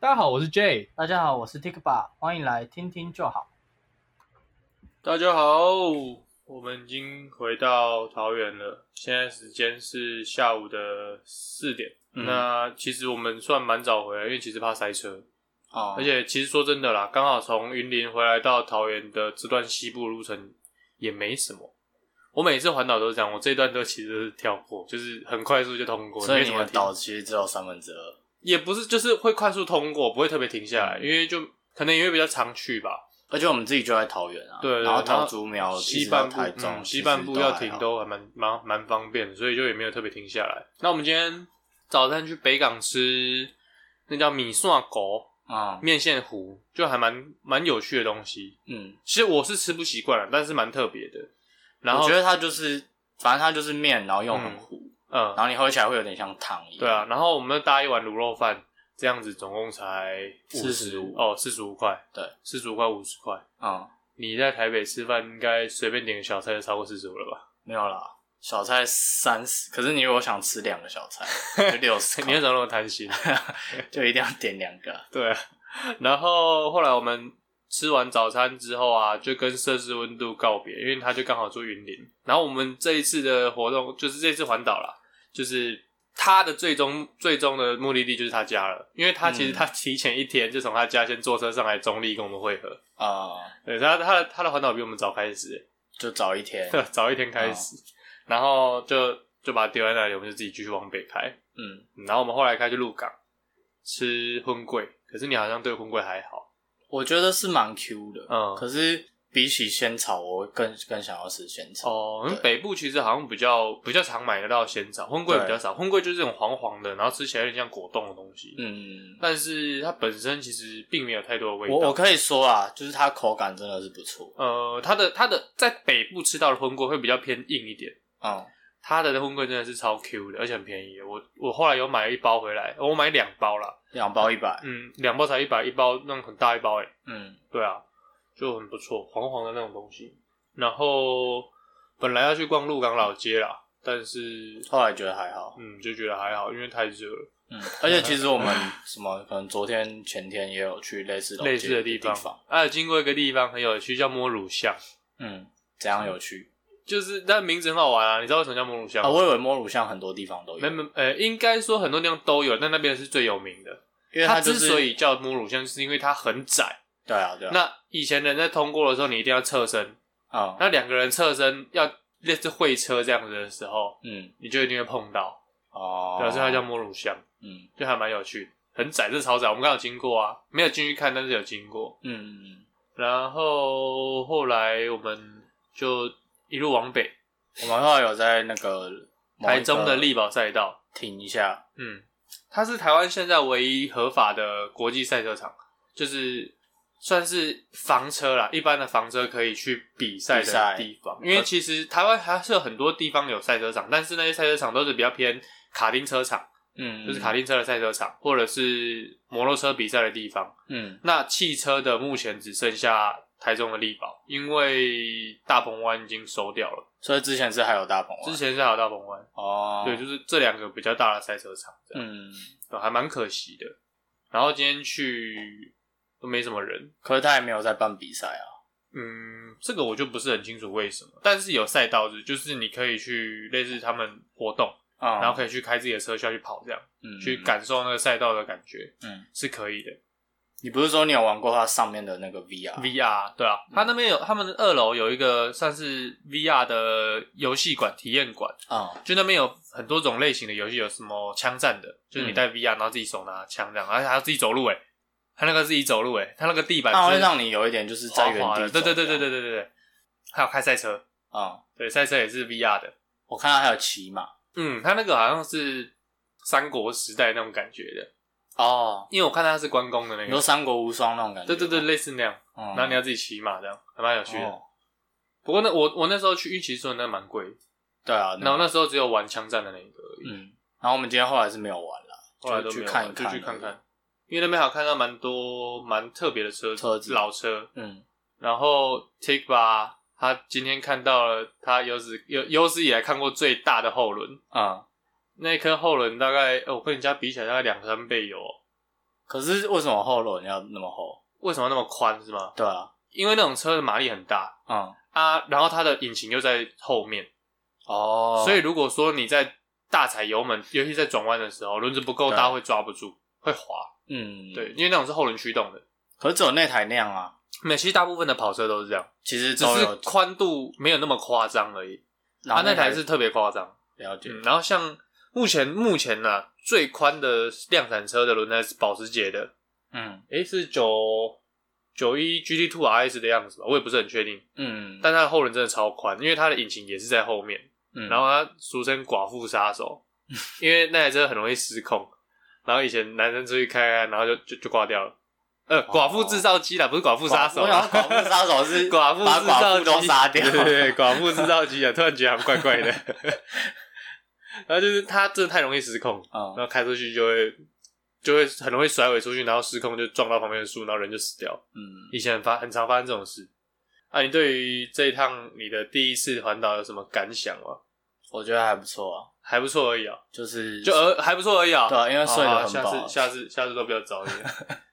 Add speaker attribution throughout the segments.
Speaker 1: 大家好，我是 J。
Speaker 2: 大家好，我是 Tikba，欢迎来听听就好。
Speaker 3: 大家好，我们已经回到桃园了，现在时间是下午的四点。
Speaker 1: 嗯
Speaker 3: 那其实我们算蛮早回来，因为其实怕塞车，
Speaker 1: 哦
Speaker 4: 啊
Speaker 3: 而且其实说真的啦，刚好从云林回来到桃园的这段西部路程也没什么。我每次环岛都是这样，我这一段都其实是跳过，就是很快速就通过，
Speaker 4: 所
Speaker 3: 没
Speaker 4: 以
Speaker 3: 什
Speaker 4: 你
Speaker 3: 么
Speaker 4: 们
Speaker 3: 停
Speaker 4: 岛其实只有三分之二。
Speaker 3: 也不是，就是会快速通过，不会特别停下来，
Speaker 4: 嗯
Speaker 3: 因为就可能因为比较常去吧，
Speaker 4: 而且我们自己就在桃园啊，
Speaker 3: 对对
Speaker 4: 然后
Speaker 3: 然后
Speaker 4: 桃竹苗、
Speaker 3: 哦西半部
Speaker 4: 台中、
Speaker 3: 嗯
Speaker 4: 其
Speaker 3: 西
Speaker 4: 实
Speaker 3: 半部
Speaker 4: 都
Speaker 3: 要
Speaker 4: 还
Speaker 3: 停
Speaker 4: 好
Speaker 3: 都还蛮蛮蛮方便的，所以就也没有特别停下来。那我们今天早餐去北港吃，那叫米蒜狗
Speaker 4: 啊，
Speaker 3: 面线糊，就还蛮蛮有趣的东西。
Speaker 4: 嗯，
Speaker 3: 其实我是吃不习惯了，但是蛮特别的。然后
Speaker 4: 我觉得它就是，反正它就是面，然后用很
Speaker 3: 嗯
Speaker 4: 糊，
Speaker 3: 嗯，
Speaker 4: 然后你喝起来会有点像汤一样。
Speaker 3: 对啊，，然后我们又搭一碗卤肉饭，这样子总共才
Speaker 4: 45
Speaker 3: 哦，四十五块，
Speaker 4: 对，
Speaker 3: 四十五块五十块。
Speaker 4: 嗯，
Speaker 3: 你在台北吃饭，应该随便点个小菜就超过四十五了吧？
Speaker 4: 没有啦，小菜三十，可是你如果想吃两个小 菜，就六十
Speaker 3: 你为什么那么贪心？
Speaker 4: 就一定要点两个。
Speaker 3: 对啊，然后后来我们吃完早餐之后啊，就跟摄氏温度告别，因为他就刚好住云林。然后我们这一次的活动就是这次环岛啦，就是他的最终最终的目的地就是他家了，因为他其实
Speaker 4: 嗯
Speaker 3: 他提前一天就从他家先坐车上来中立跟我们会合。
Speaker 4: 啊、
Speaker 3: 对他他的他的环岛比我们早开始，
Speaker 4: 就早一天。
Speaker 3: 对，早一天开始，然后就就把它丢在那里，我们就自己继续往北开。
Speaker 4: 嗯，
Speaker 3: 然后我们后来开去鹿港吃荤桂，可是你好像对荤桂还好，
Speaker 4: 我觉得是蛮 Q 的，
Speaker 3: 嗯，
Speaker 4: 可是比起仙草，我更更想要吃仙草。
Speaker 3: 哦，因为
Speaker 4: 对
Speaker 3: 北部其实好像比较比较常买得到鲜草，荤桂
Speaker 4: 对
Speaker 3: 比较少，荤桂就是这种黄黄的，然后吃起来有点像果冻的东西。，
Speaker 4: 嗯，
Speaker 3: 但是它本身其实并没有太多的味道。
Speaker 4: 我我可以说啊，就是它口感真的是不错。
Speaker 3: 呃，它的它的在北部吃到的荤桂会比较偏硬一点，
Speaker 4: 嗯，
Speaker 3: 它的荤桂真的是超 Q 的，而且很便宜的。我我后来有买了一包回来，我买两包啦，
Speaker 4: 两包一百。
Speaker 3: 嗯，两包才一百，一包那种很大一包哎、
Speaker 4: 嗯，
Speaker 3: 对啊，就很不错，黄黄的那种东西。然后本来要去逛鹿港老街啦，但是
Speaker 4: 后来觉得还好。
Speaker 3: 嗯，就觉得还好，因为太热了。
Speaker 4: 嗯，而且其实我们什么，可能昨天前天也有去类似
Speaker 3: 类似的
Speaker 4: 的
Speaker 3: 地
Speaker 4: 方
Speaker 3: 方。，还有经过一个地方很有趣，叫摸乳巷，
Speaker 4: 嗯，怎样有趣
Speaker 3: 就是那名字很好玩啊。你知道为什么叫摸乳巷
Speaker 4: 啊？
Speaker 3: 吗？
Speaker 4: 我以为摸乳像很多地方都有，
Speaker 3: 没没呃，应该说很多地方都有，但那边是最有名的。
Speaker 4: 因为
Speaker 3: 它
Speaker 4: 就是
Speaker 3: 之所以叫摸乳巷，是因为它很窄。
Speaker 4: 对啊对啊，
Speaker 3: 那以前人在通过的时候，你一定要侧身。
Speaker 4: 啊
Speaker 3: 那两个人侧身要类似会车这样子的时候，
Speaker 4: 嗯
Speaker 3: 你就一定会碰到。
Speaker 4: 哦，
Speaker 3: 对啊，所以它叫摸乳巷，
Speaker 4: 嗯
Speaker 3: 就还蛮有趣的，很窄，这超窄。我们刚好经过啊，没有进去看，但是有经过。
Speaker 4: 嗯嗯
Speaker 3: 然后后来我们就一路往北，
Speaker 4: 我们后来有在那个某一个
Speaker 3: 台中的力宝赛道，
Speaker 4: 停一下，
Speaker 3: 嗯，它是台湾现在唯一合法的国际赛车场，就是算是房车啦，一般的房车可以去比赛
Speaker 4: 比
Speaker 3: 的
Speaker 4: 赛
Speaker 3: 地方。因为其实台湾还是有很多地方有赛车场，但是那些赛车场都是比较偏卡丁车场，
Speaker 4: 嗯，
Speaker 3: 就是卡丁车的赛车场，或者是摩托车比赛的地方。
Speaker 4: 嗯
Speaker 3: 那汽车的目前只剩下台中的力宝，因为大鹏湾已经收掉了。
Speaker 4: 所以之前是还有大鹏湾，
Speaker 3: 之前是还有大鹏湾，
Speaker 4: 哦，
Speaker 3: 对，就是这两个比较大的赛车场，这样、
Speaker 4: 嗯，
Speaker 3: 对还蛮可惜的。然后今天去都没什么人，
Speaker 4: 可是他也没有在办比赛啊，
Speaker 3: 嗯，这个我就不是很清楚为什么，但是有赛道日，就是你可以去类似他们活动，
Speaker 4: 啊，
Speaker 3: 然后可以去开自己的车下去跑，这样、
Speaker 4: 嗯
Speaker 3: 去感受那个赛道的感觉，
Speaker 4: 嗯，
Speaker 3: 是可以的。
Speaker 4: 你不是说你有玩过它上面的那个 VR？
Speaker 3: VR 对啊，
Speaker 4: 嗯
Speaker 3: 他那边有他们的二楼有一个算是 VR 的游戏馆体验馆，
Speaker 4: 啊、
Speaker 3: 就那边有很多种类型的游戏，有什么枪战的，就是你戴
Speaker 4: 嗯
Speaker 3: VR 然后自己手拿枪这样，而且还要自己走路诶、欸他那个自己走路诶、欸他那个地板
Speaker 4: 它会
Speaker 3: 是
Speaker 4: 让你有一点就是啊在原
Speaker 3: 滑滑
Speaker 4: 地
Speaker 3: 的，
Speaker 4: 走
Speaker 3: 对
Speaker 4: 这样。
Speaker 3: 对对对对对对对，还有开赛车，
Speaker 4: 啊、
Speaker 3: 对，赛车也是 VR 的，
Speaker 4: 我看到还有骑马
Speaker 3: 嗯，他那个好像是三国时代那种感觉的，
Speaker 4: 哦，
Speaker 3: 因为我看他是关公的那
Speaker 4: 你说
Speaker 3: 个，
Speaker 4: 三国无双那种感觉。
Speaker 3: 对对对，，类似那样，
Speaker 4: 嗯
Speaker 3: 然后你要自己骑马这样，还蛮有趣的。
Speaker 4: 哦
Speaker 3: 不过那我我那时候去玉其说那蛮贵的，
Speaker 4: 对啊，
Speaker 3: 然
Speaker 4: 然
Speaker 3: 后
Speaker 4: 后
Speaker 3: 那时候只有玩枪战的那一个而已，
Speaker 4: 嗯，然后我们今天后来是没有玩了，
Speaker 3: 后来都
Speaker 4: 就
Speaker 3: 没
Speaker 4: 去
Speaker 3: 有
Speaker 4: 看
Speaker 3: 玩
Speaker 4: 一
Speaker 3: 就去
Speaker 4: 看
Speaker 3: 看看，因为那边好看到蛮多蛮特别的车
Speaker 4: 车子
Speaker 3: 老车。
Speaker 4: 嗯，
Speaker 3: 然后 Take 吧，他今天看到了他有史有有史以来看过最大的后轮，
Speaker 4: 啊、
Speaker 3: 那一颗后轮大概、哦我跟人家比起来大概两三倍有哦、
Speaker 4: 可是为什么后轮要那么厚？
Speaker 3: 为什么那么宽是吗？
Speaker 4: 对啊，
Speaker 3: 因为那种车的马力很大
Speaker 4: 嗯，
Speaker 3: 啊，然后它的引擎又在后面，
Speaker 4: 哦，
Speaker 3: 所以如果说你在大踩油门，尤其在转弯的时候，轮子不够大
Speaker 4: 对
Speaker 3: 会抓不住，会滑。
Speaker 4: 嗯，
Speaker 3: 对，，因为那种是后轮驱动的。
Speaker 4: 可是只有那台那样啊，
Speaker 3: 那其实大部分的跑车都是这样，
Speaker 4: 其实
Speaker 3: 只
Speaker 4: 都
Speaker 3: 是
Speaker 4: 哦有，
Speaker 3: 宽度没有那么夸张而已。
Speaker 4: 然
Speaker 3: 啊
Speaker 4: 后，
Speaker 3: 那台是特别夸张。
Speaker 4: 了解，
Speaker 3: 嗯，然后像目前目前呢、最宽的量产车的轮胎是保时捷的，
Speaker 4: 嗯
Speaker 3: 诶、是九九一 GT Two RS 的样子吧，我也不是很确定。
Speaker 4: 嗯，
Speaker 3: 但它的后轮真的超宽，因为它的引擎也是在后面，
Speaker 4: 嗯
Speaker 3: 然后它俗称“寡妇杀手”，因为那台车很容易失控。然后以前男生出去开开，然后就就就挂掉了。呃，寡妇制造机啦，不是寡妇杀手
Speaker 4: 哦我想
Speaker 3: 啦。
Speaker 4: 要寡妇杀手是
Speaker 3: 寡妇
Speaker 4: 把
Speaker 3: 制
Speaker 4: 寡
Speaker 3: 造
Speaker 4: 妇
Speaker 3: 机
Speaker 4: 都杀掉，
Speaker 3: 对 对对，寡妇制造机啊，突然觉得好像怪怪的。 然后就是它真的太容易失控，然
Speaker 4: 嗯
Speaker 3: 后开出去就会就会很容易甩尾出去，然后失控就撞到旁边的树，然后人就死掉。
Speaker 4: 嗯，
Speaker 3: 以前很发很常发生这种事。啊，你对于这一趟你的第一次环岛有什么感想吗？
Speaker 4: 我觉得还不错啊，
Speaker 3: 还不错而已啊，
Speaker 4: 就是
Speaker 3: 就而还不错而已啊。
Speaker 4: 对啊因为睡得
Speaker 3: 好好
Speaker 4: 很
Speaker 3: 下
Speaker 4: 饱
Speaker 3: 次下次下次都不要找你了，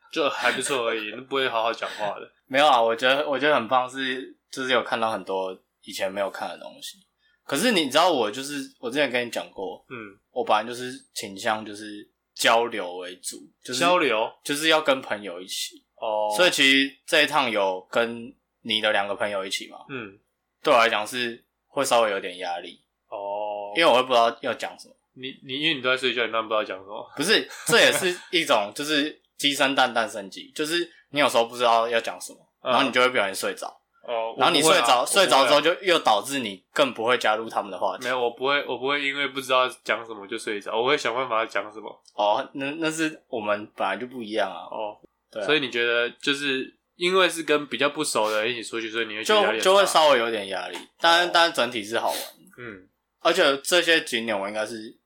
Speaker 3: 就还不错而已，不会好好讲话的。
Speaker 4: 没有啊，我觉得我觉得很棒是，就是有看到很多以前没有看的东西。可是你知道，我就是我之前跟你讲过，
Speaker 3: 嗯，
Speaker 4: 我本来就是倾向就是交流为主，就是
Speaker 3: 交流
Speaker 4: 就是要跟朋友一起。
Speaker 3: 哦，
Speaker 4: 所以其实这一趟有跟你的两个朋友一起嘛，
Speaker 3: 嗯
Speaker 4: 对我来讲是会稍微有点压力，
Speaker 3: 哦，
Speaker 4: 因为我会不知道要讲什么。
Speaker 3: 你你因为你都在睡觉，你当然不知道讲什么。
Speaker 4: 不是，这也是一种就是鸡生蛋蛋生鸡，就是你有时候不知道要讲什么，
Speaker 3: 嗯
Speaker 4: 然后你就会不小心睡着。
Speaker 3: 哦，
Speaker 4: 然后你
Speaker 3: 我不会
Speaker 4: 睡
Speaker 3: 啊
Speaker 4: 着、
Speaker 3: 我不会啊
Speaker 4: 睡着之后，就又导致你更不会加入他们的话题
Speaker 3: 没。有，我不会，我不会因为不知道讲什么就睡着，我会想办法讲什么。
Speaker 4: 哦，那那是我们本来就不一样啊。
Speaker 3: 哦，
Speaker 4: 对啊
Speaker 3: 所以你觉得就是因为是跟比较不熟的人一起出去，所以你会觉得压力
Speaker 4: 就
Speaker 3: 很
Speaker 4: 就会
Speaker 3: 大哦
Speaker 4: 稍微有点压力，但是但是整体是好玩，
Speaker 3: 嗯
Speaker 4: 而且这些景点我应该是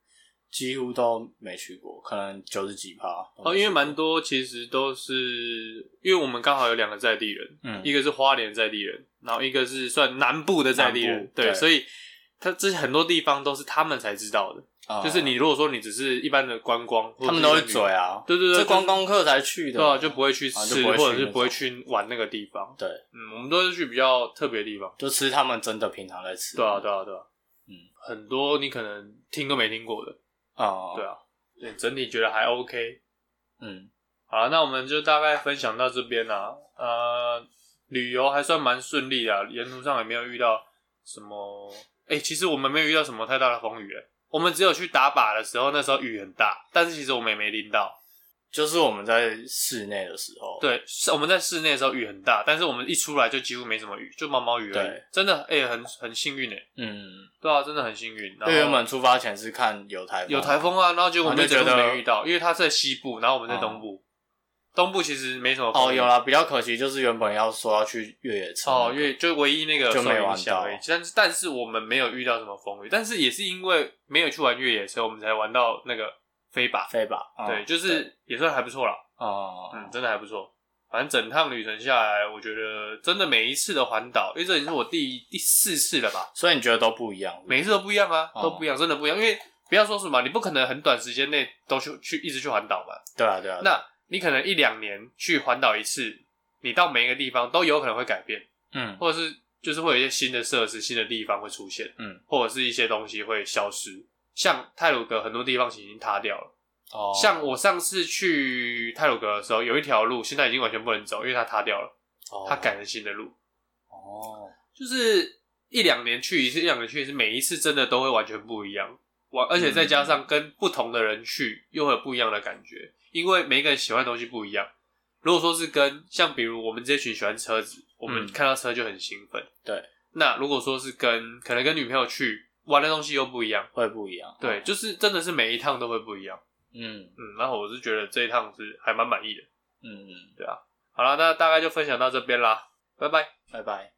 Speaker 4: 几乎都没去过，可能九十几趴。
Speaker 3: 哦，因为蛮多其实都是因为我们刚好有两个在地人，
Speaker 4: 嗯
Speaker 3: 一个是花莲在地人，然后一个是算南部的在地
Speaker 4: 南
Speaker 3: 人
Speaker 4: 部，
Speaker 3: 对，
Speaker 4: 对
Speaker 3: 所以他这些很多地方都是他们才知道的。
Speaker 4: 啊
Speaker 3: 就是你如果说你只是一般的观光，或者
Speaker 4: 他们都会
Speaker 3: 是旅
Speaker 4: 嘴啊，
Speaker 3: 对对对，
Speaker 4: 这
Speaker 3: 就
Speaker 4: 观光客才去的，
Speaker 3: 对啊，就不会去
Speaker 4: 啊
Speaker 3: 吃，
Speaker 4: 就不会去
Speaker 3: 或者是
Speaker 4: 那
Speaker 3: 不会
Speaker 4: 种
Speaker 3: 去玩那个地方。
Speaker 4: 对，
Speaker 3: 嗯，我们都是去比较特别的地方。
Speaker 4: 就吃他们真的平常在吃。
Speaker 3: 对啊，对啊，对啊，
Speaker 4: 嗯，
Speaker 3: 很多你可能听都没听过的。
Speaker 4: 哦，
Speaker 3: 对啊，对，整体觉得还 OK。
Speaker 4: 嗯，
Speaker 3: 好啦那我们就大概分享到这边啦、呃，旅游还算蛮顺利的啊，沿途上也没有遇到什么。哎、其实我们没有遇到什么太大的风雨、欸，我们只有去打靶的时候，那时候雨很大，但是其实我们也没淋到。
Speaker 4: 就是我们在室内的时候，
Speaker 3: 对，是我们在室内的时候雨很大，但是我们一出来就几乎没什么雨，就毛毛雨而已
Speaker 4: 对。
Speaker 3: 真的，哎、很很幸运哎、
Speaker 4: 嗯，
Speaker 3: 对啊，真的很幸运。
Speaker 4: 因
Speaker 3: 然后
Speaker 4: 为原本出发前是看有台风，
Speaker 3: 有台风啊，然后结果我们
Speaker 4: 然后就
Speaker 3: 整
Speaker 4: 觉
Speaker 3: 路
Speaker 4: 得
Speaker 3: 没遇到，因为它在西部，然后我们在东部。东部其实没什么风
Speaker 4: 哦，有啦，比较可惜就是原本要说要去越野车，
Speaker 3: 哦，因为就唯一那个
Speaker 4: 嗯就没
Speaker 3: 受影
Speaker 4: 玩
Speaker 3: 响
Speaker 4: 到
Speaker 3: 而已。但是但是我们没有遇到什么风雨，但是也是因为没有去玩越野车，我们才玩到那个飞靶。
Speaker 4: 飞吧，嗯
Speaker 3: 对，就是也算还不错啦。
Speaker 4: 哦，
Speaker 3: 嗯，真的还不错。反正整趟旅程下来，我觉得真的每一次的环岛，因为这已经是我第第四次了吧，
Speaker 4: 所以你觉得都不一样，
Speaker 3: 每一次都不一样啊，
Speaker 4: 哦
Speaker 3: 都不一样，真的不一样。因为不要说什么，你不可能很短时间内都去去一直去环岛嘛。
Speaker 4: 对啊对啊，
Speaker 3: 那你可能一两年去环岛一次，你到每一个地方都有可能会改变，
Speaker 4: 嗯
Speaker 3: 或者是就是会有一些新的设施、新的地方会出现，
Speaker 4: 嗯，
Speaker 3: 或者是一些东西会消失。像泰鲁阁很多地方已经塌掉了，
Speaker 4: 哦，
Speaker 3: 像我上次去泰鲁阁的时候，有一条路现在已经完全不能走，因为它塌掉了，
Speaker 4: 哦
Speaker 3: 它改成新的路。
Speaker 4: 哦，
Speaker 3: 就是一两年去一次，一两年去一次，每一次真的都会完全不一样。完，而且再加上跟不同的人去，又会有不一样的感觉，因为每一个人喜欢的东西不一样。如果说是跟像比如我们这群喜欢车子，我们
Speaker 4: 嗯
Speaker 3: 看到车就很兴奋。
Speaker 4: 对。
Speaker 3: 那如果说是跟可能跟女朋友去玩的东西又不一样，
Speaker 4: 会不一样，
Speaker 3: 对，就是真的是每一趟都会不一样。
Speaker 4: 嗯
Speaker 3: 嗯，然后我是觉得这一趟是还蛮满意的。
Speaker 4: 嗯，嗯
Speaker 3: 好了，那大概就分享到这边啦，拜拜。
Speaker 4: 拜拜。